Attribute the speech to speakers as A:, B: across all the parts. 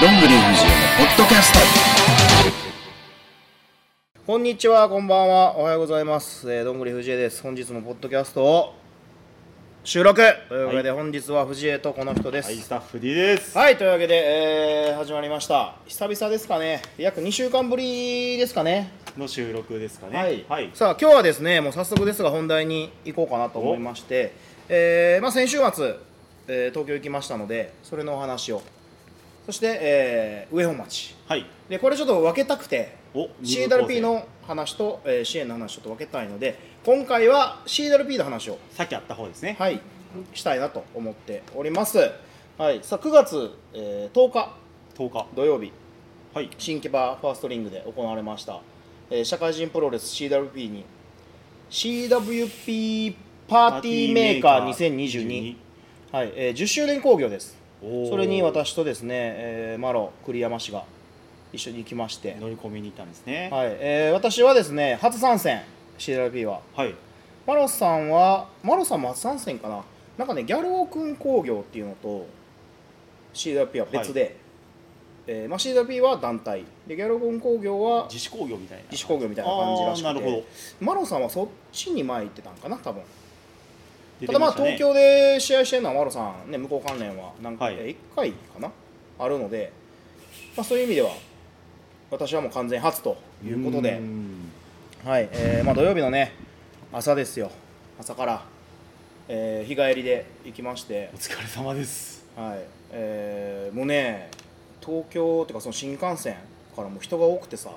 A: どんぐり藤枝のポッドキャスト
B: こんにちは、こんばんは、おはようございます。えー、どんぐり藤江です。本日もポッドキャストを収録というわけで、本日は藤江とこの人で
C: はい、ス
B: す。
C: タッフ D です。
B: はい、というわけで、えー始まりました。久々ですかね。約2週間ぶりですかね。
C: の収録ですかね。はい。
B: さあ、今日はですね、もう早速ですが、本題に行こうかなと思いまして、えーまあ、先週末、えー東京行きましたので、それのお話を。そして、えー上本町。
C: はい。
B: でこれちょっと分けたくて
C: お
B: CWP の話と、えー支援の話をちょっと分けたいので今回は CWP の話を、
C: さっきあった方ですね。
B: はい、したいなと思っております、はい、さあ9月、えー10日
C: 10日。
B: 土曜日
C: はい。
B: 新木場ファーストリングで行われました、えー社会人プロレス CWP に CWP パーティーメーカー2022、はいえー10周年興行です
C: おー
B: それに私とですね、えーマロ栗山氏が一緒に行きまして
C: 乗り込みに行ったんですね。
B: はい、えー私はですね初参戦 CLP は
C: はい。
B: マロさんはマロさんも初参戦かななんかねギャルオ君工業っていうのと CLP は別で、えーまあ、CLP は団体でギャルオ君工業は
C: 自主工業みたいな。
B: 自主工業みたいな感じらしくて
C: あーなるほど。
B: マロさんはそっちに前行ってたんかな多分
C: 出
B: ただ
C: て
B: まあ
C: したね
B: 東。京で試合してるのはマロさんね向こう関連は何
C: は
B: 回、
C: い
B: え1回かなあるので、まあ、そういう意味では私はもう完全初ということで
C: ーん
B: はい、えーまあ、土曜日のね朝ですよ朝から、えー日帰りで行きまして
C: お、疲れ様です。
B: はいえーもうね東京っていうかその新幹線からもう人が多くてさっ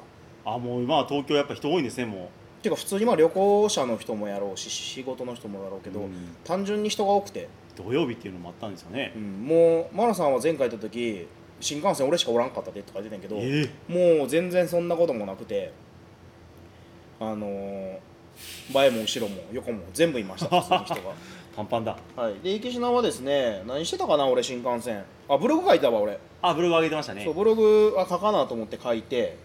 C: あ、もう今は東京やっぱ人多いんですね、も
B: ていうか普通にまあ旅行者の人もやろうし仕事の人もやろうけど、
C: うん
B: 単純に人が多くて、
C: う。土曜日っていうのもあったんですよね
B: う。んもうマロさんは前回行った時新幹線俺しかおらんかったでとか言ってたんやけど、
C: ええ
B: もう全然そんなこともなくてあのー前も後ろも横も全部いました普通に人 が。
C: パンパンだ。
B: はい、で池品はですね何してたかな俺新幹線あブログ書いたわ俺、
C: あ、ブログ上げてましたね
B: そう。ブログは書かなと思って書いて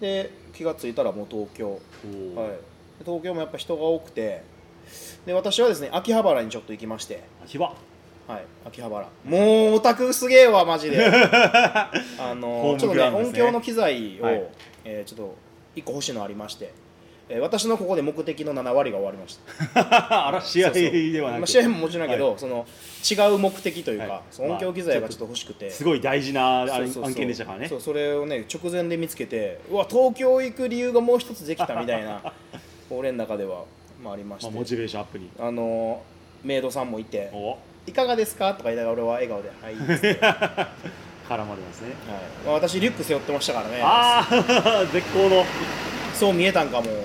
B: で気がついたらもう東京、
C: おー
B: はい、で東京もやっぱ人が多くてで私はですね秋葉原にちょっと行きまして
C: あ火は。
B: はい秋葉原もうオタクすげえわマジ であ
C: ホ
B: の
C: ー
B: ちょっと
C: ムグ
B: ね
C: ラウンドです
B: 音
C: ね
B: 響の機材を、
C: はい
B: えーちょっと1個欲しいのありまして、えー私のここで目的の7割が終わりました
C: あら、試合では
B: ま
C: な
B: あ
C: く。
B: 試合ももちろんやけど、
C: は
B: その違う目的というか、
C: はい
B: その音響機材がちょっと欲しくて、
C: すごい大事なあれ
B: そうそうそう
C: 案件でしたからね。
B: そうそれをね直前で見つけてうわ東京行く理由がもう一つできたみたい な俺の中では、まあ、ありまし
C: ま
B: て
C: あ、モチベーションアップに。
B: あのメイドさんもいて
C: お
B: 「いかがですか?」とか言いながら俺は笑顔で「 はい」っつってはい
C: 絡まれますね。
B: まあ私リュック背負ってましたからね
C: ああ 絶好の、は
B: そう見えたんかも、はい
C: い、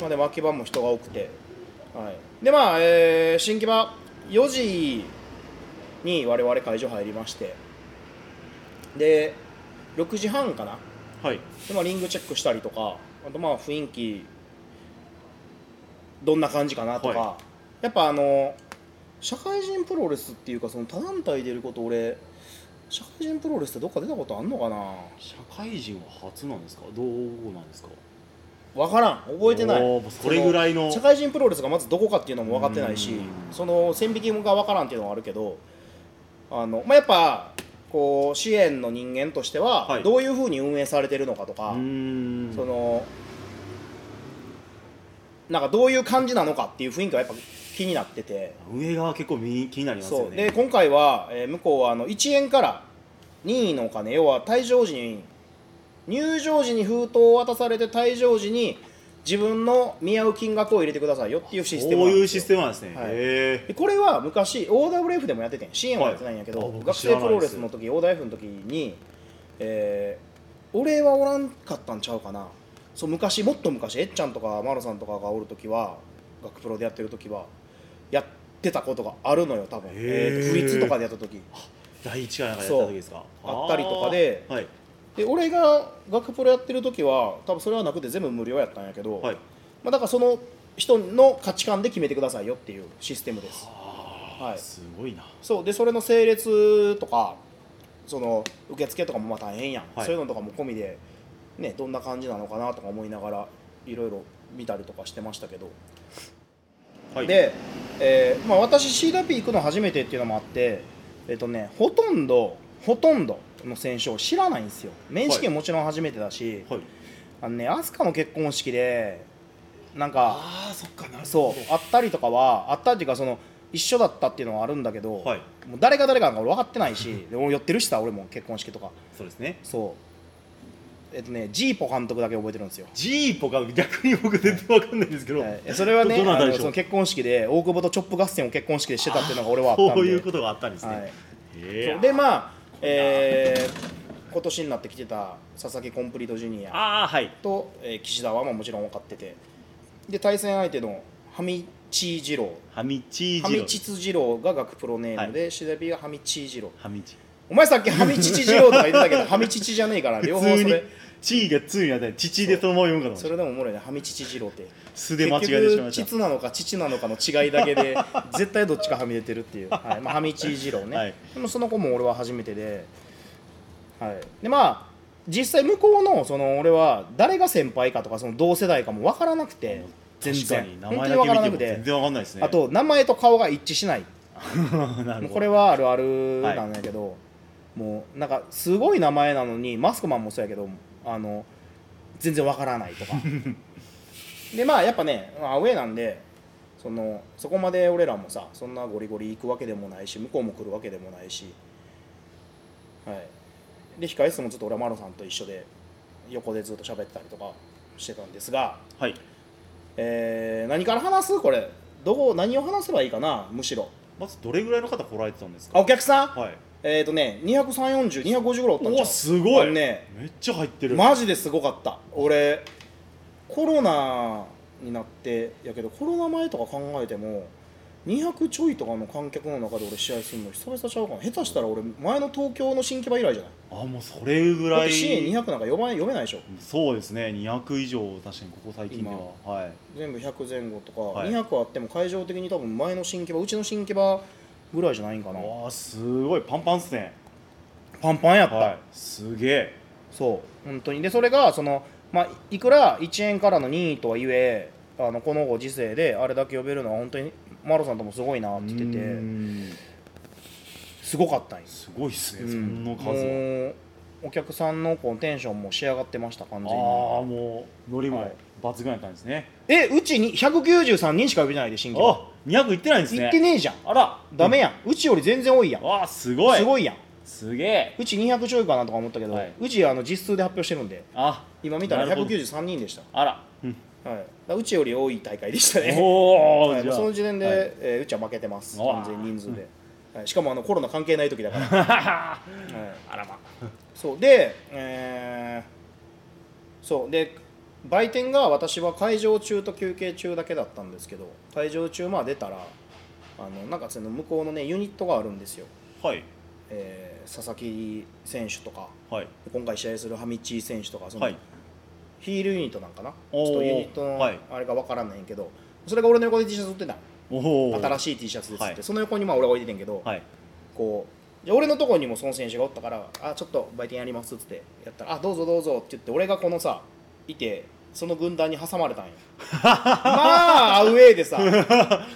B: まあ、でも秋葉も人が多くて、はい、でまあ、えー新木場4時に我々会場入りましてで6時半かな
C: はい、
B: で、まあ、リングチェックしたりとかあとまあ雰囲気どんな感じかなとか、
C: は
B: やっぱあの社会人プロレスっていうかその他団体でいること俺社会人プロレスってどっか出たことあんのかな
C: 社会人は初なんですかどうなんですか
B: 分からん覚えてない
C: おーもうそれぐらいの
B: そ社会人プロレスがまずどこかっていうのも分かってないし
C: うん
B: その線引きが分からんっていうのはあるけどあの、まあ、やっぱこう支援の人間として
C: は
B: はいどういうふうに運営されてるのかとか、
C: うーん
B: そのなんかどういう感じなのかっていう雰囲気がやっぱ気になってて、
C: 上が結構み気になります
B: そ
C: よ
B: うで
C: ね
B: 今回は、えー向こうはあの1円から任意のお金要は退場時に入場時に封筒を渡されて退場時に自分の見合う金額を入れてくださいよっていうシステム
C: こう
B: なん
C: いう
B: です
C: シ
B: よ
C: ステムなんですね、
B: はい
C: へえ
B: でこれは昔 OWF でもやっててん支援はやってないんやけど、
C: はいあ僕
B: 学
C: 知ら
B: 生
C: ない
B: プロレスの時 OWF の時に、えー俺はおらんかったんちゃうかなそう昔もっと昔えっちゃんとかマロさんとかがおる時は学プロでやってる時はやってたことがあるのよ多分
C: へー
B: えーと不立とかでやった時
C: 第一回なんかやった時ですか
B: そうあったりとかで
C: あーはい
B: で俺が学プロやってる時は多分それはなくて全部無料やったんやけど、
C: はい
B: まあ、だからその人の価値観で決めてくださいよっていうシステムです
C: あー、
B: はい
C: すごいな
B: そうでそれの整列とかその受付とかもまあ大変やん、
C: はい
B: そういうのとかも込みで、ね、どんな感じなのかなとか思いながらいろいろ見たりとかしてましたけど、
C: はい
B: で、えーまあ、私 CWP 行くの初めてっていうのもあってえっ、とねほとんどほとんどの選手を知らないんですよ面識ももちろん初めてだし、
C: はい
B: あのね飛鳥の結婚式でなんか
C: ああそっかなる
B: そ
C: ほ
B: うあったりとかはあったりというかその一緒だったっていうのはあるんだけど、
C: はい
B: もう誰が誰かなんか俺分かってない しで俺寄ってるしさ俺も結婚式とか
C: そうですね
B: そうえっとねジーポ監督だけ覚えてるんです よ
C: ジーポが逆に僕全然わかんないんですけど、
B: はいそれはね
C: どどな
B: あ
C: た
B: の
C: でしょう
B: その結婚式で大久保とチョップ合戦を結婚式でしてたっていうのが俺はあったんで
C: そういうことがあったんですね、
B: はい
C: へ
B: そう
C: ー
B: でまあ、えー今年になってきてた佐々木コンプリートジュニア
C: ああはい
B: と、えー岸田はまあもちろん分かっててで対戦相手のハミチー二郎
C: ハミチー
B: ハ
C: ジロ
B: ミチツ二郎が学プロネームで、シデビがハミチー二郎
C: ハミチ
B: お前さっきハミチチ二郎とか言ってたけどハミチチじゃねえから両方そ
C: 普通に
B: れ
C: チーがツーになったらチチでそのまま読むかと思いま
B: それでもおもろいねハミチチ二郎って
C: 素で間違えてしまいま
B: 結
C: し
B: 局膣なのか父なのかの違いだけで 絶対どっちかはみ出てるっていう、はいまあ、はみち二郎ね、
C: はい
B: でもその子も俺は初めてで,、はい、でまあ実際向こうのその俺は誰が先輩かとかその同世代かも分からなくて
C: た
B: 全然
C: 確かに名前
B: 本当に分か
C: だ
B: ら
C: け
B: な
C: 見
B: く
C: ても
B: て
C: 全然わかんないですね
B: あと名前と顔が一致しない
C: なる
B: もう
C: ほ
B: こ
C: ど
B: れはあるあるなんやけど、もうなんかすごい名前なのにマスクマンもそうやけどあの全然わからないと かでまあやっぱねまあアウェーなんでそのそこまで俺らもさそんなゴリゴリ行くわけでもないし向こうも来るわけでもないし、はい、で控え室もずっと俺はマロさんと一緒で横でずっと喋ってたりとかしてたんですが、
C: はい
B: えー何から話すこれどこ何を話せばいいかなむしろ
C: まずどれぐらいの方来られてたんです
B: あ
C: か
B: お客さん、
C: はい
B: えっ、ー、とね、2340、250ぐらいおったん
C: お
B: ちゃ
C: お
B: う
C: すご
B: あ
C: い
B: のね、
C: めっちゃ入ってる
B: マジですごかった。俺、コロナになってやけど、コロナ前とか考えても、200ちょいとかの観客の中で俺試合するの久々ちゃうかな。下手したら俺、前の東京の新木場以来じゃない
C: あもうそれぐ
B: だっ
C: ら
B: て C200
C: い
B: なんか読め読めないでしょ。
C: そうですね200以上確かにここ最近でははい
B: 全部100前後とか、
C: はい
B: 200あっても会場的に多分前の新木場、うちの新木場ぐらいじゃないんかな。
C: わあすごいパンパンっすね
B: パンパンやった。
C: はいすげえ
B: そう本当にでそれがその、まあ、いくら1円からの任意とはいえあのこのご時世であれだけ呼べるのは本当にマロさんともすごいなって言って
C: う
B: て
C: ーん
B: すごかったんです
C: すごいっすね、
B: うん
C: そんな数は
B: もうお客さんのこうテンションも仕上がってました完全
C: ああ
B: に
C: もうノリも
B: はい
C: 抜群やったんですね、
B: えうちに193人しか呼べないで新規は
C: あ200いってないんですね
B: 行ってねえじゃん
C: あら
B: ダメやん、うちより全然多いやん
C: わあすごい
B: す
C: い
B: ごいやん
C: すげえ
B: うち200ちょいかなとか思ったけど、
C: はいう
B: ちあの実数で発表してるんで
C: あ
B: 今見たら
C: なるほど
B: 193人でした、
C: あら、うん、
B: はい、だからうちより多い大会でしたね
C: おお、
B: はい、
C: じゃあ
B: その時点で、
C: はい
B: えーうちは負けてます
C: うわ
B: 完
C: ー
B: 全に人数で、はい、しかもあのコロナ関係ない時だから、はい
C: あらま
B: そうで、えーそうで売店が私は会場中と休憩中だけだったんですけど会場中まあ出たらあのなんかその向こうのねユニットがあるんですよ、
C: はい
B: えー佐々木選手とか
C: はい
B: 今回試合するハミッチー選手とかその、
C: はい
B: ヒールユニットなんかなち
C: おー
B: ょっとユニット
C: は
B: の
C: い
B: あれがわからないけど、それが俺の横で T シャツ売ってたの
C: おお
B: 新
C: し
B: しい T シャツですって、
C: はい
B: その横にまあ俺が置いててんけど、
C: はい
B: こうで俺のところにもその選手がおったから「あちょっと売店やります」っつってやったら「あどうぞどうぞ」って言って俺がこのさいてその軍団に挟まれた んよまあアウェーでさ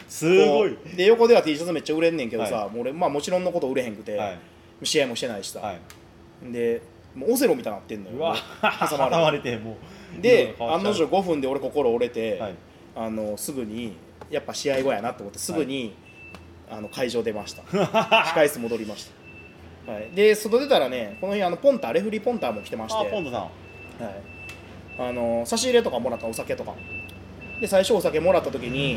C: すごい
B: こうで横では T シャツめっちゃ売れんねんけどさ、もう俺まあ、もちろんのこと売れへんくて、
C: はい
B: 試合もしてないしさ、
C: はい
B: でもうオセロみたいになってんのよ
C: うわ
B: 挟
C: 挟
B: まれて
C: まれてもう
B: で
C: 色が
B: 案
C: 変わ
B: の
C: っちゃ
B: 定
C: う
B: 5分で俺心折れて、
C: はい
B: あのすぐにやっぱ試合後やなと思ってすぐに、あの会場出ました控室戻りました、はい、で外出たらねこの日あのポンターレフリーポンターも来てまして
C: あポンドさん
B: はい、あの差し入れとかもらったお酒とかで最初お酒もらった時に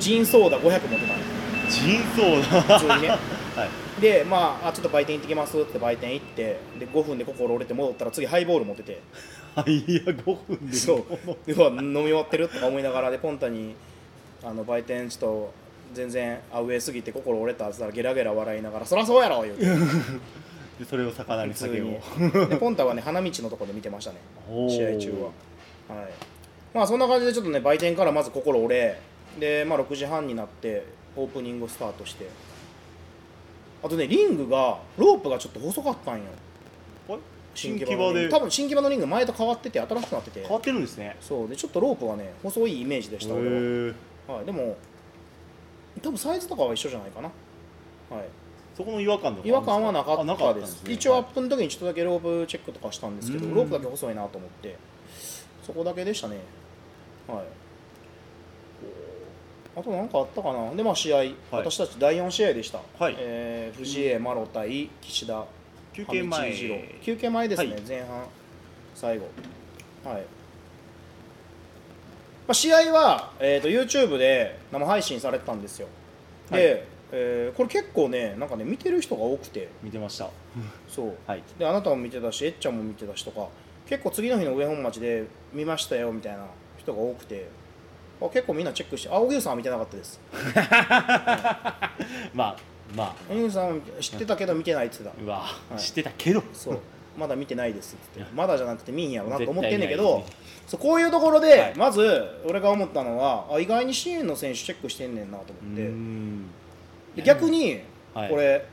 B: ジンソーダ500持って
C: 人相
B: たの
C: だ
B: 普通にね
C: はい
B: でまああちょっと売店行ってきますって売店行ってで5分で心折れて戻ったら次ハイボール持ってて
C: はいいや5分で
B: そう
C: この
B: でうわ飲み終わってるとか思いながらでポンタにあの売店ちょっと全然アウェーすぎて心折れたっつったらゲラゲラ笑いながら「そらそうやろ!」言うて
C: でそれを魚に
B: 普
C: 酒
B: 通
C: を
B: に でポンタはね花道のところで見てましたね
C: おー
B: 試合中ははいまあそんな感じでちょっとね売店からまず心折れでまあ6時半になってオープニングスタートしてあとねリングがロープがちょっと細かったんよ
C: あれ新木
B: の
C: 場
B: リング
C: で
B: 多分新木場のリング前と変わってて新しくなってて
C: 変わってるんですね
B: そうでちょっとロープがね細いイメージで
C: へ
B: した俺は
C: え
B: はい、でも多分サイズとかは一緒じゃないかな、はい、
C: そこの違和感とか
B: 違和感はなか
C: あな
B: っ
C: か
B: た
C: ったん
B: で
C: ですす、ね、
B: 一応アッ
C: は
B: プの時にちょっとだけロープチェックとかしたんですけど、
C: うん
B: ロープだけ細いなと思ってそこだけでしたねはいあと何かあったかなでまあ試合、私たち第4試合でした、
C: はい
B: えー藤江マロ対岸田
C: い休憩前
B: 上地次郎休憩前ですね、
C: はい
B: 前半最後はい、まあ、試合は、えー、と YouTube で生配信されてたんですよで、
C: はい
B: えーこれ結構ねなんかね見てる人が多くて
C: 見てました
B: そう
C: はい
B: であなたも見てたしえっちゃんも見てたしとか結構次の日の上本町で見ましたよみたいな人が多くてあ結構みんなチェックしてあ荻生さんは見てなかったです
C: まあまあ
B: 荻生さんは知ってたけど見てないって言って
C: うわ、
B: はい
C: 知ってたけど
B: た そうまだ見てないですって言っ
C: い
B: て
C: や
B: まだじゃなくて見んやろなと思ってんねんけ
C: 絶
B: ど、
C: 対ない
B: そうこういうところで、
C: はい
B: まず俺が思ったのはあ意外に支援の選手チェックしてんねんなと
C: う
B: 思って
C: ん
B: で逆に
C: はい
B: これ、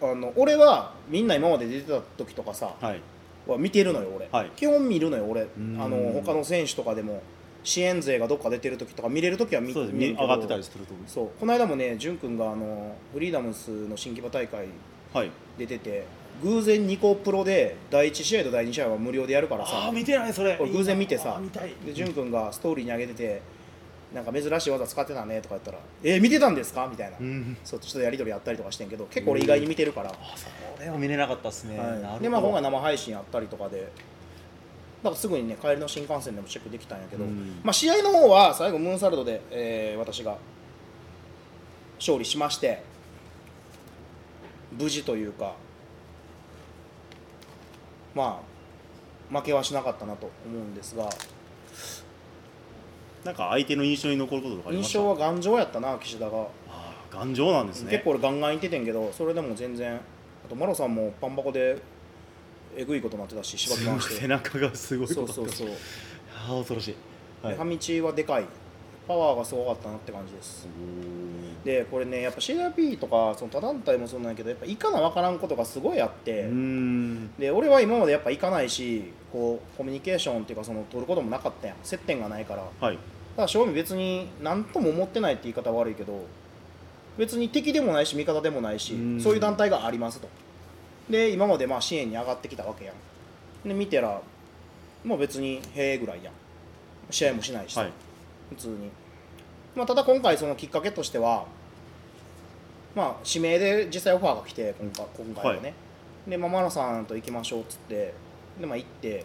B: あの俺はみんな今まで出てた時とかさ、
C: はい
B: は見てるのよ俺、
C: はい
B: 基本見るのよ俺あ
C: ん
B: の他の選手とかでも支援勢がどっか出てる時とか見れる時は見
C: そうです
B: 見
C: 見
B: るけど
C: 上がってたりすると思う
B: そうこの間もね潤君があのフリーダムスの新木場大会
C: はい
B: 出てて偶然2個プロで第1試合と第2試合は無料でやるから
C: あ
B: さ
C: あ見てないそれ
B: 俺偶然見てさ
C: あー見たい
B: で潤君がストーリーに上げててなんか珍しい技使ってたねとか言ったら「えー見てたんですか?」みたいな、
C: うん
B: そうちょっとやり取りやったりとかしてんけど結構俺意外に見てるから、
C: あそれは見れなかったですね、なるほ
B: は
C: ど
B: い、でまあ今回生配信やったりとかでだからすぐにね帰りの新幹線でもチェックできたんやけど、
C: うん
B: まあ、試合の方は最後ムーンサルドで、えー私が勝利しまして無事というかまあ負けはしなかったなと思うんですが
C: なんか相手の印象に残ることとかありまし
B: 印
C: た
B: 象は頑丈やったな岸田が。
C: ああ頑丈なんですね
B: 結構俺ガンガンいっててんけどそれでも全然あとマロさんもパン箱でえぐいことになってたししばき
C: すご
B: 回
C: い
B: し
C: 背
B: て
C: 中がすごいこと
B: そう
C: になって
B: そ
C: ま
B: う
C: す
B: そう
C: ああ恐ろしい、はい、
B: でファミチはでかいパワーがすごかったなって感じですでこれねやっぱ CRP とかその他団体もそうなんやけどやっぱいかな分からんことがすごいあって、
C: うーん
B: で俺は今までやっぱ行かないしこうコミュニケーションっていうかその取ることもなかったやん接点がないからだか
C: はい
B: ら正味別に何とも思ってないって言い方は悪いけど別に敵でもないし味方でもないし
C: うん
B: そういう団体がありますとで今までまあ支援に上がってきたわけやんで見てらもう別にへえぐらいやん試合もしないしさ、
C: はい
B: 普通に、まあ、ただ今回そのきっかけとしては、まあ、指名で実際オファーが来て今回今回はね、
C: は
B: で、まあ、マナさんと行きましょうっつってで、まあ、行って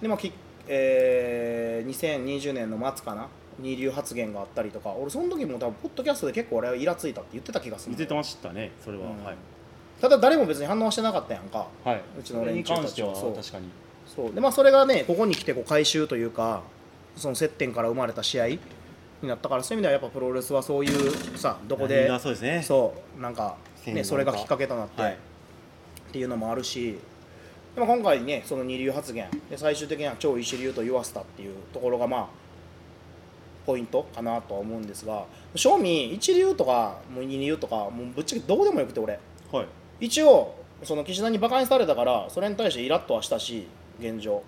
B: で、まあきえー2020年の末かな二流発言があったりとか俺その時も多分ポッドキャストで結構俺はイラついたって言ってた気がする
C: 見
B: んだ
C: て
B: よ
C: ましたねそれは、
B: うん
C: はい
B: ただ誰も別に反応はしてなかったやんか
C: はいう
B: ちの
C: それ
B: 連
C: に
B: 中たち
C: 関しては
B: そう
C: 確かに
B: そうでまあそれがねここに来てこう回収というかその接点から生まれた試合になったからそういう意味ではやっぱプロレスはそういうさどこで
C: 何がそうですね
B: そうなんか、
C: 専門
B: ね、
C: 家
B: それがきっかけとなって、
C: はい
B: っていうのもあるしでも今回ねその二流発言で最終的には超一流と言わせたっていうところがまあポイントかなとは思うんですが正味一流とかもう二流とかもうぶっちゃけどうでもよくて俺
C: はい
B: 一応その岸田にバカにされたからそれに対してイラッとはしたし現状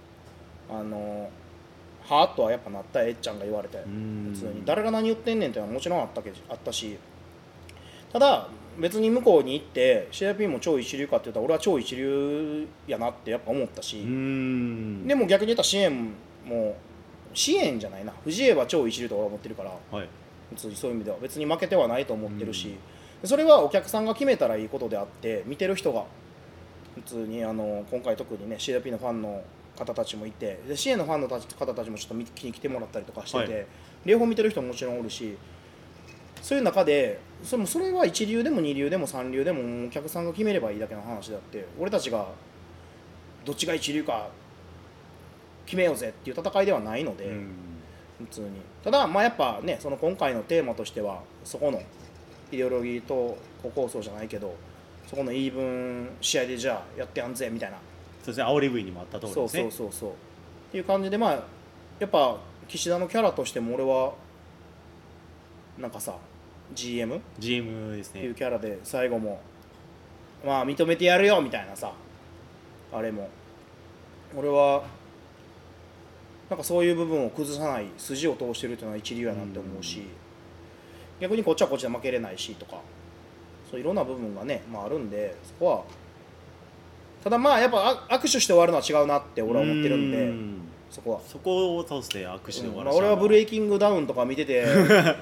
B: あのはあとはやっぱなったよえっちゃんが言われて
C: うーん
B: 普通に誰が何言ってんねんっていうのはもちろんあったけあったしただ別に向こうに行って CIP も超一流かって言ったら俺は超一流やなってやっぱ思った
C: う
B: し、
C: ーん
B: でも逆に言ったら支援も支援じゃないな藤江は超一流と俺は思ってるから
C: はい
B: 普通にそういう意味では別に負けてはないと思ってるし
C: うん、
B: でそれはお客さんが決めたらいいことであって見てる人が普通にあの今回特にね CLP のファンの方たちもいてで CA のファンのたち方たちもちょっと見に来てもらったりとかしてて、
C: はい
B: 両方見てる人ももちろんおるしそういう中でそれもそれは一流でも二流でも三流でもお客さんが決めればいいだけの話であって俺たちがどっちが一流か決めようぜっていう戦いではないので。
C: うん
B: 普通にただまあやっぱねその今回のテーマとしてはそこのイデオロギーと個構想じゃないけどそこの言い分試合でじゃあやってやんぜみたいな
C: そうですね煽り V にもあった通り
B: そ
C: で
B: う
C: すね
B: そうそうそうっていう感じでまあやっぱ岸田のキャラとしても俺はなんかさ GM っ
C: GM です
B: ていう
C: ね
B: キャラで最後もまあ認めてやるよみたいなさあれも俺はなんかそういう部分を崩さない筋を通してるっていうのは一流やなって思うし、逆にこっちはこっちで負けれないしとかそういろんな部分がね、まあ、あるんでそこはただまあやっぱあ握手して終わるのは違うなって俺は思ってるんで
C: うん
B: そこは。
C: そこを通して握手で終わ
B: ま
C: ら
B: あ
C: せち
B: 俺
C: ゃう
B: はブレイキングダウンとか見て て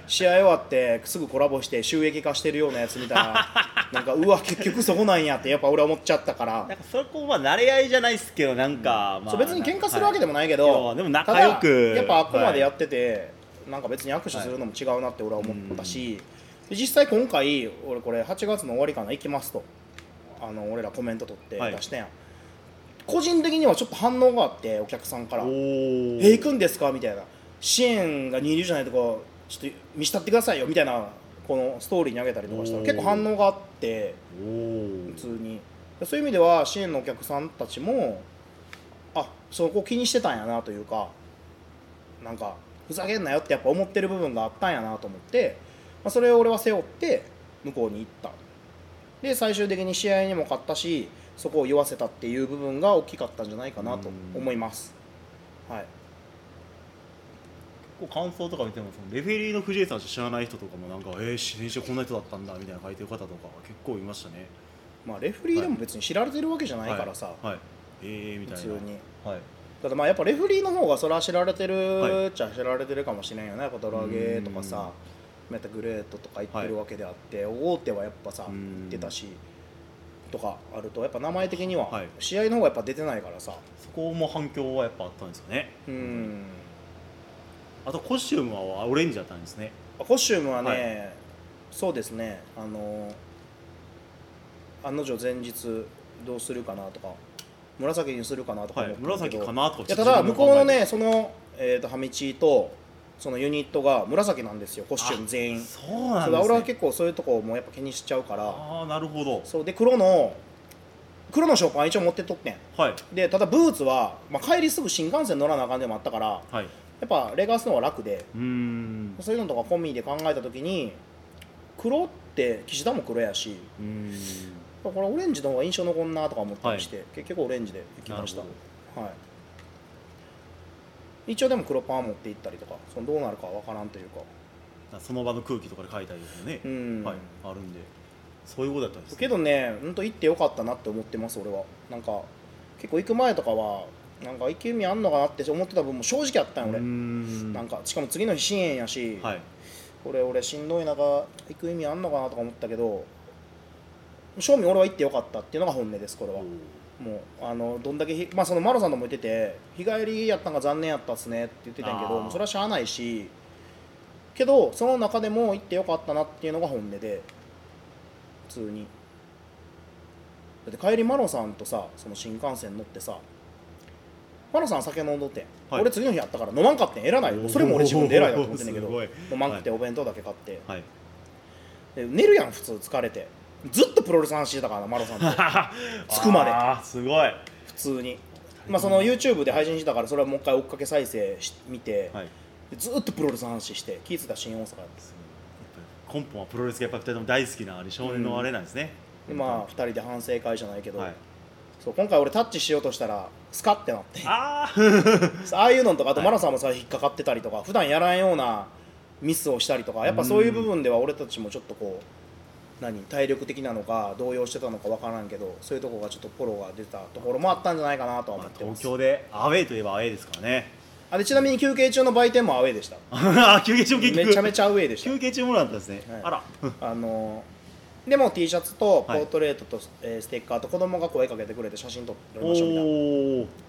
B: 試合終わってすぐコラボして収益化してるようなやつ見た らなんかうわ結局そこなんやってやっぱ俺は思っちゃったから
C: なんかそこは慣れ合いじゃないっすけどなんか、まあ
B: そう別に喧嘩するわけでもないけど、
C: はいいやでも仲良く
B: ただやっぱあくまでやってて、なんか別に握手するのも違うなって俺は思ったし、で実際今回俺これ8月の終わりかな行きますとあの俺らコメント取って
C: はい
B: 出してんやん、個人的にはちょっと反応があってお客さんから「
C: おー
B: え行くんですか?」みたいな「支援が二流じゃないとこちょっと見したってくださいよ」みたいなこのストーリーに上げたりとかしたら
C: おー
B: 結構反応があって。
C: おー
B: 普通にそういう意味では支援のお客さんたちもあそこ気にしてたんやなというかなんかふざけんなよってやっぱ思ってる部分があったんやなと思って、まあ、それを俺は背負って向こうに行ったで最終的に試合にも勝ったしそこを酔わせたっていう部分が大きかったんじゃないかなと思いますはい
C: こう感想とか見てもそのレフェリーの藤井さんしか知らない人とかもなんか「えー、自転車こんな人だったんだ」みたいな書いてる方とか結構いましたね
B: まあレフリーでも別に知られてるわけじゃないからさ、
C: はい、はいえー、みたい
B: 普
C: な
B: 通に
C: はい
B: ただまあやっぱレフェリーの方がそれは知られて
C: は
B: るっちゃ知られてるかもしれんよね、やっぱドラゲーとかさメタグレートとか言ってるわけであって、大手はやっぱさ
C: う
B: 言
C: ん
B: ってたしとかあるとやっぱ名前的には
C: はい
B: 試合の方がやっぱ出てないからさ
C: そこも反響はやっぱあったんですよね
B: うん
C: あとコスチュームはオレンジだったんですね
B: コスチュームはね、
C: は
B: そうですねあの案の定前日どうするかなとか紫にするかなとか
C: は
B: 思
C: い
B: ったんだけ
C: 紫
B: ど
C: かなとか
B: いやただ向こうの
C: あ
B: ねその、えー、とハミチーとそのユニットが紫なんですよコスチューム全員そ
C: そう
B: う
C: なんで
B: だ
C: す、ね、
B: 俺は結構そういうとこもやっぱ気にしちゃうから
C: ああなるほど
B: そうで黒の黒のショーパン一応持ってっとってん
C: はい
B: でただブーツは、まあ、帰りすぐ新幹線乗らなあかんでもあったからや
C: はい
B: っぱレガースの方が楽で
C: うーん
B: そういうのとか込みで考えた時に黒って岸田も黒やし
C: うーん
B: これオレンジの方が印象残んなとか思ったりして、結局オレンジで行きました
C: なる
B: はい、一応でも黒パン持って行ったりとかそのどうなるかは分からんというか
C: ほどその場の空気とかで書いたりとかね、
B: うん、
C: はいあるんでそういうことだったんですね、
B: けどねほんと行ってよかったなって思ってます俺はなんか結構行く前とかはなんか行く意味あんのかなって思ってた部分も正直あったんよ
C: うー
B: 俺、
C: ん
B: なんかしかも次の日支援やし、
C: はい
B: これ俺しんどい中行く意味あんのかなとか思ったけど正味俺は行ってよかったっていうのが本音ですこれは、もうあのどんだけひ、まあ、そのマロさんとも言ってて日帰りやったんが残念やったっすねって言ってたんやけ
C: あ
B: ど
C: ー
B: もうそれはしゃあないしけどその中でも行ってよかったなっていうのが本音で普通にだって帰りマロさんとさその新幹線乗ってさマロさん酒飲んどってん、
C: はい
B: 俺次の日やったから飲まんかってん偉ないよそれも俺自分で偉いなと思ってんだけど
C: おー すごい
B: 飲まんくてお弁当だけ買って、
C: はい
B: で寝るやん普通疲れてずっとプロレス話してたからなマロさんと 着くまで
C: あーすごいはい
B: 普通に、まあ、その YouTube で配信してたからそれはもう一回追っかけ再生し見て、でずっとプロレスの話して気ぃ付いたら新大阪やった
C: すごいやっぱり根本はプロレスがやっぱ2人とも大好きなあれ少年のあれなんですね、
B: でまあ2人で反省会じゃないけど、
C: はい
B: そう今回俺タッチしようとしたらスカってなって
C: あー
B: ああいうのとかあとマラさんもさ引っかかってたりとか普段やらんようなミスをしたりとかやっぱそういう部分では俺たちもちょっとこう何体力的なのか動揺してたのか分からんけどそういうとこがちょっとポロが出たところもあったんじゃないかなとは思
C: まあ
B: ってま
C: 東
B: す、
C: 京でアウェイといえばアウェイですからね
B: あでちなみに休憩中の売店もアウェーでした
C: あ ー休憩中も結局
B: めちゃめちゃアウェーでした
C: 休憩中もなんだったんですね、
B: はい
C: あら
B: あのでも T シャツとポ
C: はい
B: ートレートと、えーステッカーと子供が声かけてくれて写真撮って
C: お
B: ましたみたいな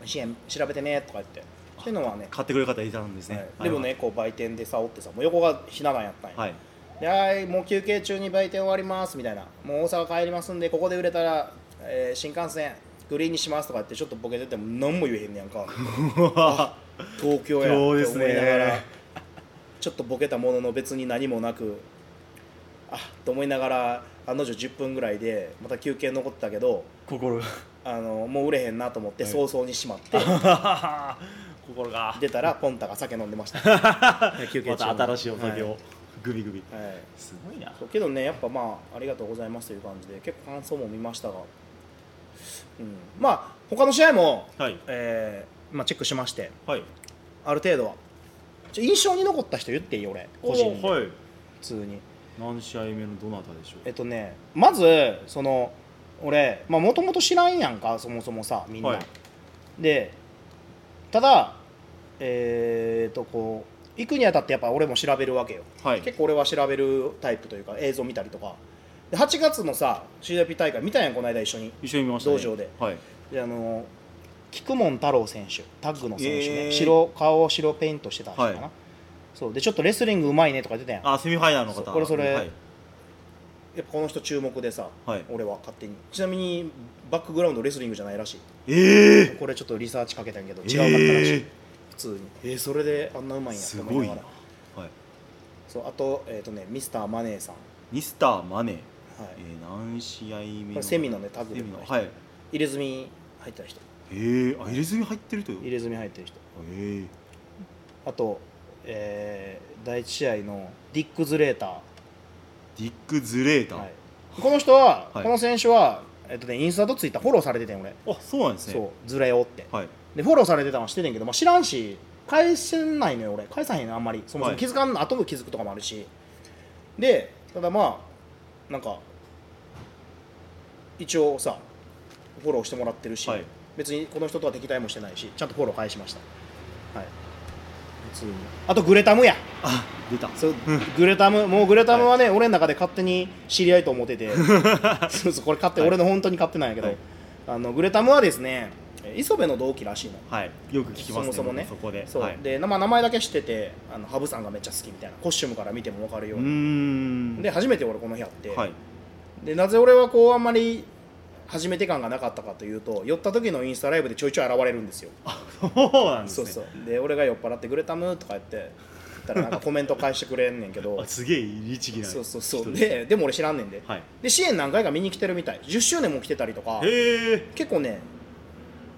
C: お
B: 支援調べてねとか言ってそういうのはね、
C: 買ってくれる方いたんですね、
B: はいでもねこう売店でさおってさもう横がひな壇やったんや、
C: はい
B: ではいもう休憩中に売店終わりますみたいなもう大阪帰りますんでここで売れたら、えー新幹線グリーンにしますとか言ってちょっとボケてても何も言えへんねやんか東京や
C: そうで
B: って
C: す
B: 思
C: ね
B: いながら、ちょっとボケたものの別に何もなくあと思いながら案の定10分ぐらいでまた休憩残ってたけど
C: 心が
B: あのもう売れへんなと思って
C: はい
B: 早々にしまって、
C: 心が
B: 出たらポンタが酒飲んで ました休
C: また新しいお酒を、
B: は
C: グビグビ
B: いはい
C: すごいな
B: そうけどねやっぱまあありがとうございますという感じで結構感想も見ましたが、うん、まあ他の試合も、
C: はい
B: えーまあ、チェックしまして
C: はい
B: ある程度はちょ印象に残った人言っていい俺個人で
C: おーはい
B: 普通に
C: 何試合目のどなたでしょう
B: えっとねまずその俺もともと知らんやんかそもそもさみんな、
C: はい
B: でただえーっとこう行くにあたってやっぱ俺も調べるわけよ、
C: はい
B: 結構俺は調べるタイプというか映像見たりとかで8月のさ CWP 大会見たやんこの間一緒に
C: 一緒に見ました、ね、
B: 道場で
C: はい
B: であの菊門太郎選手タッグの選手ね、
C: えー
B: 白顔を白ペイントしてた人かな、
C: はい
B: そうでちょっとレスリングうまいねとか言ってたやんやっ
C: あセミファイナルの方
B: そうこれそれ
C: はい、
B: ぱこの人注目でさ、
C: はい
B: 俺は勝手にちなみにバックグラウンドレスリングじゃないらしい
C: ええ
B: これちょっとリサーチかけたんやけど
C: ー、
B: 違うかったらしい、
C: え
B: 普通にえーそれであんなうまいん
C: ー
B: や
C: す
B: と思
C: ご
B: い
C: い
B: な
C: な
B: がら
C: はい
B: そうあとえっ、とねミスターマネーさん、
C: ミスターマネー、
B: はい
C: えー、何試合目
B: これ
C: の
B: セミのねタッグ
C: セ
B: で
C: ミのはいえ
B: 入れ墨入ってた人
C: えー、あ入れ墨入ってると
B: 入
C: え
B: れ墨入ってる人
C: え
B: あと、えー第1試合のディック・ズレーター
C: ディック・ズレーター、
B: はい、この人は、
C: はい
B: この選手は、えっとね、インスタとツイッターフォローされててん俺、
C: あそうなんですね
B: そうずれよって、
C: はい
B: でフォローされてたのは知っててんけど、まあ、知らんし返せないのよ俺返さへんのあんまりそもそ
C: は
B: も
C: い
B: 気づかんの後で気づくとかもあるしでただまあなんか一応さフォローしてもらってるし、
C: はい
B: 別にこの人とは敵対もしてないしちゃんとフォロー返しましたはい普通にあとグレタムや
C: あ出た
B: そうグレタムもうグレタムはね、俺の中で勝手に知り合いと思ってて そうそうこれ勝手、
C: はい
B: 俺の本当に勝手なんやけど、
C: はい
B: あのグレタムはですねえ磯部の同期らしいの
C: はいよく聞きますね
B: そもそもね
C: 僕こで
B: そう、
C: はい、
B: で、まあ、名前だけ知っててあの羽生さんがめっちゃ好きみたいなコスチュームから見ても分かるよ
C: う
B: う
C: ー
B: に、
C: ん
B: で初めて俺この日会って、
C: はい
B: でなぜ俺はこうあんまり初めて感がなかったかというと寄った時のインスタライブでちょいちょい現れるんですよ
C: そうなんです
B: そう
C: ね
B: そうで俺が酔っ払ってグレタムとか言って言ったらなんかコメント返してくれんねんけど
C: あすげえ律儀な
B: そうそうそ
C: 人
B: う
C: ですね
B: ででも俺知らんねんで、
C: はい
B: で支援何回か見に来てるみたい10周年も来てたりとか
C: へえ
B: 結構ね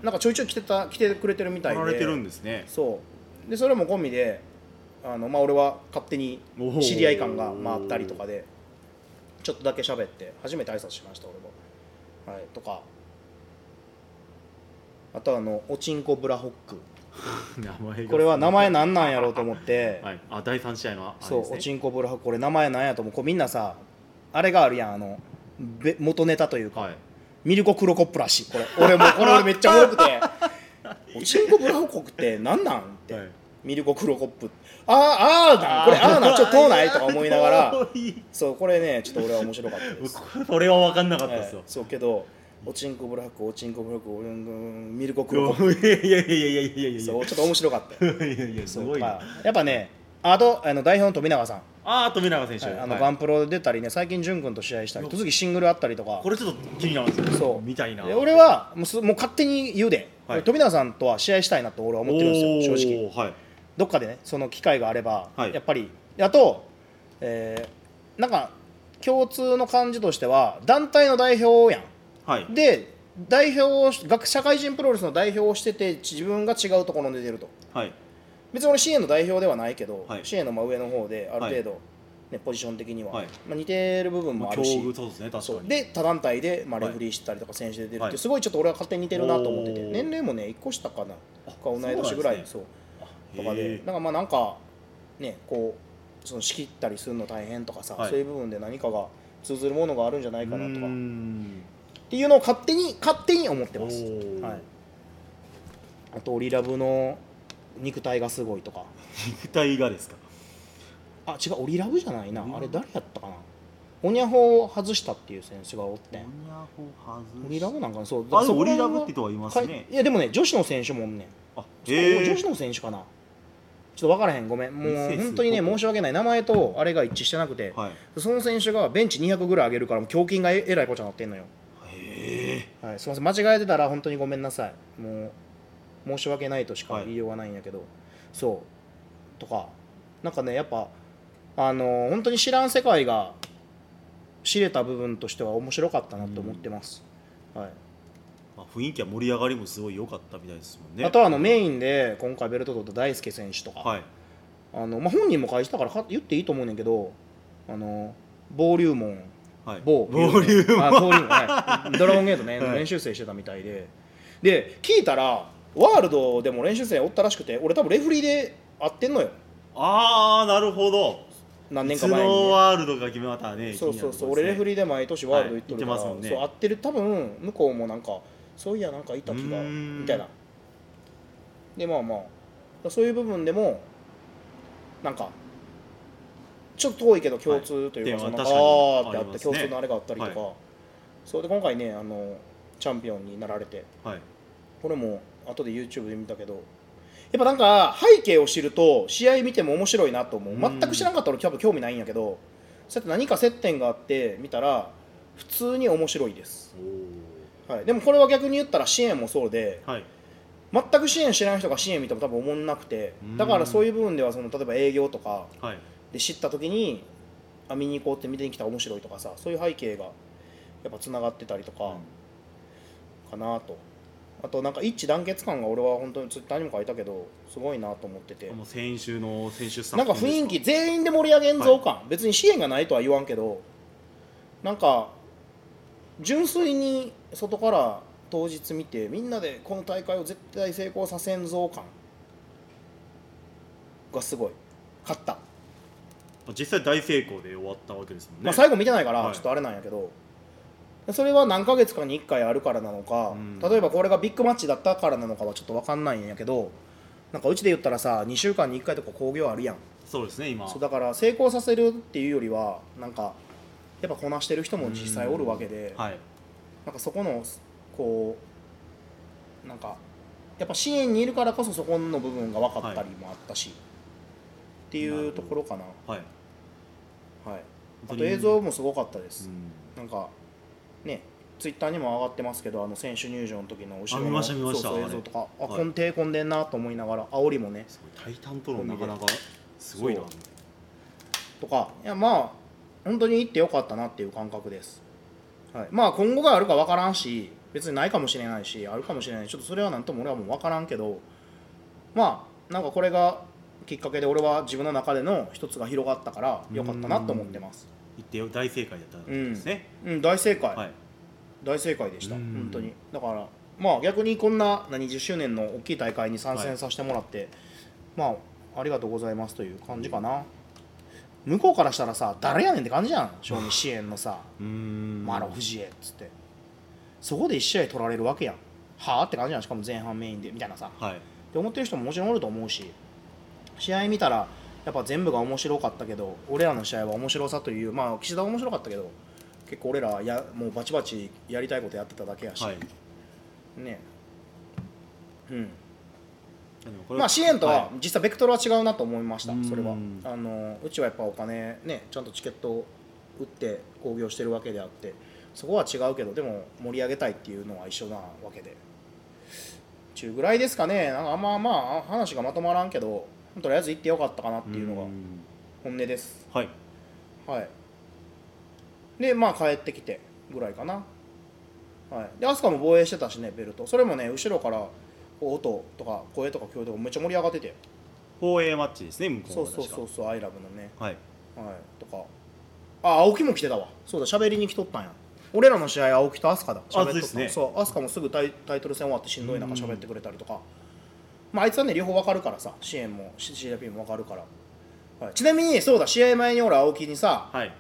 B: なんかちょいちょい来てた来てくれてるみたいで
C: られてるんですね
B: そうでそれも込みであの、まあ、俺は勝手に
C: おー
B: 知り合い感が回ったりとかでちょっとだけ喋って初めて挨拶しました俺も、はい、とかあとあのおちんこブラホック
C: 名前が
B: これは名前なんなんやろうと思って、
C: はいあ第三試合のあれです
B: そ
C: ね
B: う、おちんこブラホックこれ名前なんやと思うこうみんなさあれがあるやんあのべ元ネタというか、
C: はい
B: ミルコクロコップらしいこれ俺もうこれ俺めっちゃおもろく ておちんこブラホコクって何なんって、
C: はい
B: ミルコクロコップあーあーなんこれあーなん ちょっと遠ないとか思いながら
C: 遠い
B: そうこれねちょっと俺は面白かった です
C: これは分かんなかったです
B: え
C: よ
B: え、そうけどおちんこブラホコおちんこブラホコうんうんミルコクロコッ
C: いやいやいやいやいやいや
B: プ
C: い
B: そ
C: や
B: うちょっと面白かったよ
C: いやいやす
B: そう
C: ごい
B: か
C: な
B: やっぱねあとあの代表の富永さん、
C: あー富永選手
B: はいあの
C: はい
B: ガンプロ出たりね最近潤君と試合したり
C: よ
B: 次シングルあったりとか
C: これちょっと気になるんですよ
B: そう
C: 見たいな
B: で俺はもうすもう勝手に言うで、
C: はい
B: 富永さんとは試合したいなと俺は思ってるんですよ正直
C: おーはい
B: どっかでねその機会があれば、
C: はい
B: やっぱりあと、えーなんか共通の感じとしては団体の代表や
C: はい
B: んで代表を学社会人プロレスの代表をしてて自分が違うところに出てると
C: はい
B: 別に俺 CA の代表ではないけど、
C: はい
B: CA の真上の方である程度、ねポジション的には、
C: はい
B: まあ、似てる部分もあ
C: 境
B: るし、
C: 遇そうですね確
B: そ
C: か
B: う
C: に
B: で他団体で、まあ、
C: は
B: レ
C: い
B: フリーしたりとか選手で出るって、
C: はい
B: すごいちょっと俺は勝手に似てるなと思ってて
C: おー
B: 年齢もね1個下かな
C: あ
B: か同い年ぐらい
C: そ
B: そう,、
C: へー
B: とかでなんかまあなんかねこうその仕切ったりするの大変とかさ、
C: はい
B: そういう部分で何かが通ずるものがあるんじゃな
C: う
B: いかなとか
C: ー
B: っ
C: ん
B: ていうのを勝手に勝手に思ってます、
C: おー
B: はい、あとオリラブの肉体がすごいとか
C: 肉体がですか
B: あ違うオリラブじゃないな
C: オリラブ
B: あれ誰やったかなオニャホを外したっていう選手がおってんオリラブなんかなそう
C: あで
B: そ
C: も
B: こ
C: オ
B: ら辺
C: リラ
B: は
C: ブって人はいます
B: かい
C: ね
B: いやでもね女子の選手もおんねん、
C: あ
B: そう
C: へ
B: 女子
C: え
B: の選手かなちょっと分からへんごめんも
C: ミ
B: う
C: セス
B: 本当にね
C: どこ
B: 申し訳ない名前とあれが一致してなくて、
C: はい
B: その選手がベンチ200ぐらい上げるからもう胸筋がええらいことになってんのよ、
C: へえ
B: はい、すみません間違えてたら本当にごめんなさいもう申し訳ないとしか
C: はい
B: 言いようがないんやけど、そうとかなんかねやっぱあのー本当に知らん世界が知れた部分としては面白かったなと思ってます、はい
C: まあ雰囲気は盛り上がりもすごい良かったみたいですもんね
B: あとはあのメインで今回ベルト取った大輔選手とか、
C: はい
B: あのまあ、本人も書いてたからか言っていいと思うねんけどあの暴龍門
C: はい
B: 某
C: ボリューム
B: あ暴龍門、はい、ドラゴンゲートね、
C: はい
B: 練習生してたみたいでで聞いたらワールドでも練習生おったらしくて俺多分レフリーで会ってんのよ
C: ああなるほど
B: 何
C: い
B: 年
C: つ
B: か前にね、
C: のワールドが決またらね
B: そうそうそう、俺レフ
C: リ
B: リーで毎年ワールド行ってるから、
C: はい行ってますもんね
B: そう合ってる多分向こうもなんかそういやなんかいた気
C: う
B: が
C: ーん
B: みたいなでまあまあそういう部分でもなんかちょっと遠いけど共通というか、
C: は
B: その
C: い点は確かに
B: あーってあ
C: あ
B: っ
C: り
B: て、
C: ますね
B: 共通のあれがあったりとか、そうで今回ねあのチャンピオンになられて
C: ーはい
B: これも後で YouTube で見たけどやっぱなんか背景を知ると試合見ても面白いなと思う
C: うん
B: 全く知らなかったら多分興味ないんやけどそうやって何か接点があって見たら普通に面白いです、
C: お
B: はい、でもこれは逆に言ったら支援もそうで
C: ーはい
B: 全く支援知らない人が支援見ても多分思んなくて
C: うん
B: だからそういう部分ではその例えば営業とか
C: はい
B: で知った時にあ見に行こうって見てきたら面白いとかさそういう背景がやっぱつながってたりとか、かなとあとなんか一致団結感が俺は本当にツイッターにも書いたけどすごいなと思ってて
C: もう先週の先週
B: なんか雰囲気全員で盛り上げんぞ感、別に支援がないとは言わんけどなんか純粋に外から当日見てみんなでこの大会を絶対成功させんぞ感がすごい勝った、
C: 実際大成功で終わったわけですもんね、
B: まあ、最後見てないから
C: はい
B: ちょっとあれなんやけど、それは何ヶ月かに1回あるからなのか、
C: うん
B: 例えばこれがビッグマッチだったからなのかはちょっと分かんないんやけどなんかうちで言ったらさ2週間に1回とか興行あるやん
C: そうですね今
B: そうだから成功させるっていうよりはなんかやっぱこなしてる人も実際おるわけで、
C: はい
B: なんかそこのこうなんかやっぱ支援にいるからこそそこの部分が分かったりもあったし、っていうところかな
C: はい
B: はい、あ
C: 本
B: と
C: 当に
B: 映像もすごかったです
C: う、ん
B: なんかねツイッターにも上がってますけどあの選手入場の時の後ろの
C: あ見ました見ました
B: そうそう映
C: あれ
B: 像とかあ、
C: はい
B: こん手込んでんなと思いながら煽りもね
C: すごいタイタントロンなかなかすごいな
B: そうとかいやまあ本当に行ってよかったなっていう感覚です、はい、まあ今後があるか分からんし別にないかもしれないしあるかもしれないちょっとそれはなんとも俺はもう分からんけどまあなんかこれがきっかけで俺は自分の中での一つが広がったからよかったなと思ってます
C: 言ってよ大正解だったんですね、
B: うん、大正解、
C: はい
B: 大正解でした
C: うん
B: 本当にだからまあ逆にこんな何10周年の大きい大会に参戦させてもらって、まあありがとうございますという感じかな、向こうからしたらさ誰やねんって感じじゃん賞味支援のさ
C: うーん
B: マロ藤江っつってそこで1試合取られるわけやんはあって感じやんしかも前半メインでみたいなさ
C: はい
B: って思ってる人ももちろんおると思うし試合見たらやっぱ全部が面白かったけど俺らの試合は面白さというまあ岸田は面白かったけど結構俺らやもうバチバチやりたいことやってただけやし、
C: はい
B: ねうん
C: でもこれ
B: まあ支援とはい実際ベクトルは違うなと思いました、
C: うん
B: それはあのうちはやっぱお金ねちゃんとチケットを売って興行してるわけであってそこは違うけどでも盛り上げたいっていうのは一緒なわけで中ぐらいですかねなんかあんままあ話がまとまらんけどとりあえず行ってよかったかなっていうのが
C: ん
B: 本音です
C: はい
B: はいでまあ帰ってきてぐらいかなはいで飛鳥も防衛してたしねベルトそれもね後ろからこう音とか声とか共有とかめっちゃ盛り上がってて
C: 放映マッチですね向こう
B: そう
C: は
B: そう
C: 確か
B: そうそうアイラブのね
C: はい
B: はいとかあ青木も来てたわそうだ喋りに来とったんや俺らの試合青木と飛鳥だ喋っとった
C: そうですね
B: そう飛鳥もすぐタイタイトル戦終わってしんどい中喋ってくれたりとか、まあ、あいつはね両方わかるからさ支援も CJP もわかるから、はい、ちなみにそうだ試合前に俺青木にさ
C: はい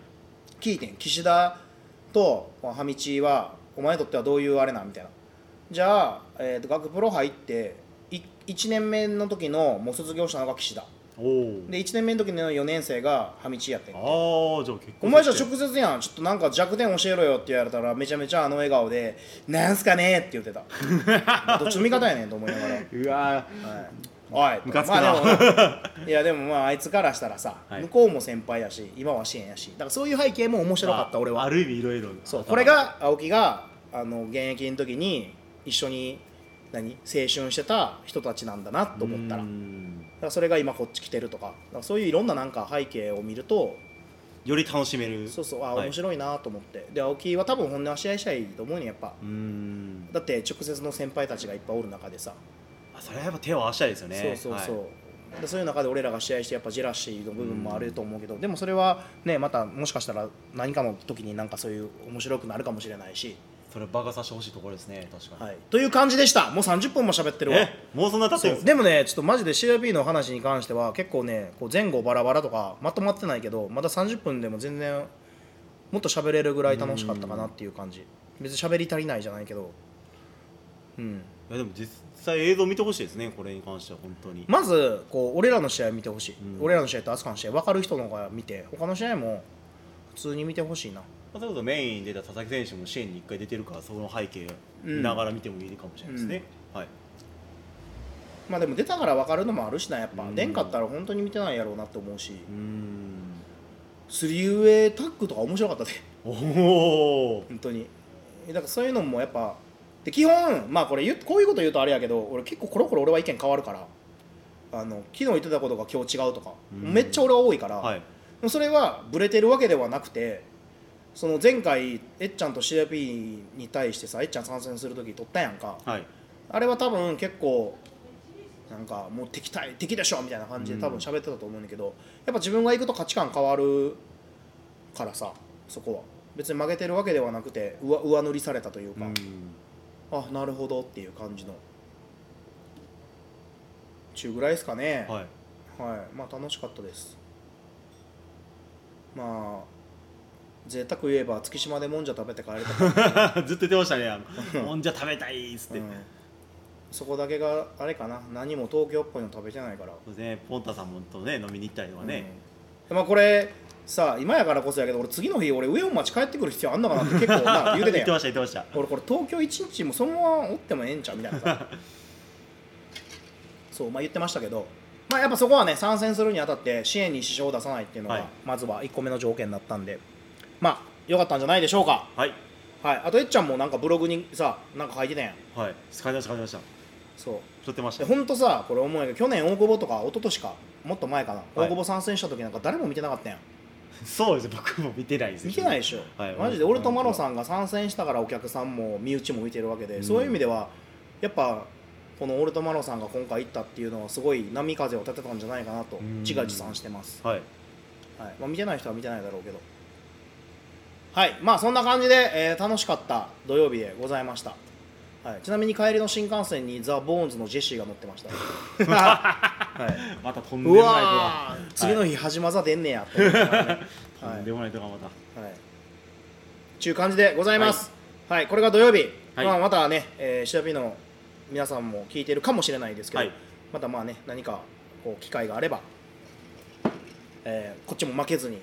B: 聞いてん岸田とハミチはお前にとってはどういうあれなんみたいなじゃあ、えー、と学プロ入って1年目の時のもう卒業したのが岸田
C: おお
B: で1年目の時の4年生がハミチやってん
C: ああじゃあ結構
B: お前じゃあ直接やんちょっとなんか弱点教えろよって言われたらめちゃめちゃあの笑顔で「なんすかね?」って言ってた どっちの味方やねんと思いながら
C: うわー
B: はい、
C: ムカつくな
B: まあで もいやでもまああいつからしたらさ、
C: はい
B: 向こうも先輩やし今は支援やしだからそういう背景も面白かった、
C: まあ
B: 俺は
C: ある意味いろいろ
B: そうこれが青木があの現役の時に一緒に何青春してた人たちなんだなと思ったら
C: う
B: だか
C: ん
B: らそれが今こっち来てるとかだからそういういろんななんか背景を見ると
C: より楽しめる
B: そうそうあ、
C: はい
B: 面白いなと思ってで青木は多分本音は試合したいと思うねんやっぱ
C: うーん
B: だって直接の先輩たちがいっぱいおる中でさ、
C: あそれはやっぱ手を合わせたいですよね
B: そうそうそう、
C: はい
B: でそういう中で俺らが試合してやっぱジェラシーの部分もあると思うけど、でもそれはねまたもしかしたら何かの時になんかそういう面白くなるかもしれないし
C: そこれバカさしてほしいところですね確かに、
B: はい、という感じでしたもう30分も喋ってるわ
C: えもうそんな経ってるん
B: そう
C: ですか
B: でもねちょっとマジで CRP の話に関しては結構ねこう前後バラバラとかまとまってないけどまだ30分でも全然もっと喋れるぐらい楽しかったかなっていう感じ別に喋り足りないじゃないけどうん
C: いやでも実際映像見てほしいですねこれに関しては本当に、
B: まずこう俺らの試合見てほしい、
C: うん
B: 俺らの試合とアスカの試合分かる人の方が見て他の試合も普通に見てほしいな
C: まあ、それこそメインに出た佐々木選手も支援に1回出てるからその背景見ながら見てもいいかもしれないですね、はい
B: まあでも出たから分かるのもあるしなやっぱ、
C: うん
B: 出んかったら本当に見てないやろうなって思うし、
C: うーん
B: スリーウェイタッグとか面白かったで
C: おお
B: 本当にだからそういうのもやっぱで基本まあこれ言うこういうこと言うとあれやけど俺結構コロコロ俺は意見変わるからあの昨日言ってたことが今日違うとか、
C: うん
B: めっちゃ俺は多いから、
C: はい
B: でもそれはブレてるわけではなくてその前回えっちゃんと CIP に対してさえっちゃん参戦する時取ったやんか
C: はい
B: あれは多分結構なんかもう敵対敵でしょみたいな感じで多
C: うん
B: 分喋ってたと思うんだけど、やっぱ自分が行くと価値観変わるからさそこは別に曲げてるわけではなくて上上塗りされたという
C: う
B: か、
C: ん
B: あなるほどっていう感じの中ぐらいですかね
C: はい
B: はい、まあ楽しかったです。まあ、贅沢言えば月島でもんじゃ食べて帰れたから、
C: ずっと言ってましたねあ のもんじゃ食べたいっつって、
B: う
C: そ
B: んそこだけがあれかな、何も東京っぽいの食べてないから。
C: うですねポンタさんもとね飲みに行ったりとかね、
B: うんまあこれさあ今やからこそやけど俺次の日俺上本町帰ってくる必要あんのかなって結 構な言うてた
C: 言
B: や
C: ってま
B: ん
C: した言ってました
B: 俺これ東京一日もそのままおってもええんちゃうみたいな さそうまあ言ってましたけどまあやっぱそこはね参戦するにあたって支援に支障を出さないっていうのが、
C: はい
B: まずは1個目の条件だったんでまあ良かったんじゃないでしょうか
C: はい
B: はいあとえっちゃんもなんかブログにさなんか書いてたやん
C: はい使いました使いました
B: そう
C: 撮ってまし
B: で
C: た
B: ほんとさこれ思うんやけど去年大久保とか一昨年かもっと前かな、
C: はい
B: 大久保参戦した時なんか誰も見てなかったやん
C: そうですね僕も見てないです
B: 見てないで
C: し
B: しょ、
C: はい
B: マジで俺とマロさんが参戦したからお客さんも身内も見てるわけで、そういう意味ではやっぱこの俺とマロさんが今回行ったっていうのはすごい波風を立てたんじゃないかなと
C: うん
B: 自画自賛してます、
C: はい
B: はいまあ、見てない人は見てないだろうけどはいまあそんな感じで、えー楽しかった土曜日でございました、はい、ちなみに帰りの新幹線にザ・ボーンズのジェシーが乗ってました はい
C: またとんで
B: う
C: もないとか
B: わー次の日はじまざ出んねやと思いながらね
C: とんでもないとかまた
B: はい、ちゅう感じでございます。はい、これが土曜日、
C: はい
B: まあ、またね、えー、シダピーの皆さんも聞いてるかもしれないですけど、
C: はい
B: またまあね、何かこう機会があれば、えーこっちも負けずに、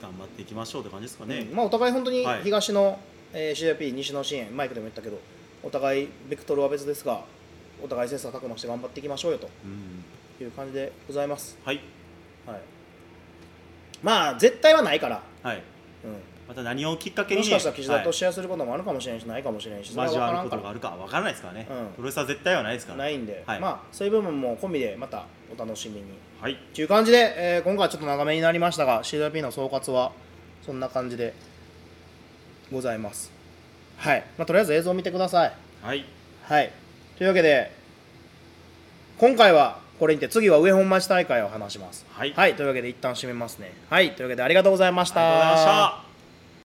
C: 頑張っていきましょうって感じですかね、
B: うんまあ、お互い本当に
C: はい
B: 東の、えー、シダピー、西の支援、マイクでも言ったけど、お互いベクトルは別ですが、お互い切磋琢磨して頑張っていきましょうよと
C: うん
B: いう感じでございます。
C: はい
B: はい、まあ、絶対はないから。
C: はい
B: うん
C: また何をきっかけに
B: も
C: ね
B: しかしたら岸田と
C: はい
B: シェアすることもあるかもしれないし、ないかもしれないし、それは
C: 交
B: 分か
C: わ
B: ら
C: る
B: ん
C: こ
B: か
C: とがあ
B: ら
C: るかわからないですからね、
B: うん
C: プロレスは絶対はないですから
B: ないんで、
C: はい
B: まあそういう部分も込みでまたお楽しみに。
C: はい
B: という感じで、えー今回はちょっと長めになりましたが、CWP の総括はそんな感じでございます。はい、まあ、とりあえず映像を見てください。
C: はい
B: はい、というわけで、今回はこれにて、次は上本町大会を話します。
C: はい
B: というわけで、一旦締めますね。はい、というわけでありがとうございました。
C: ありがとうございました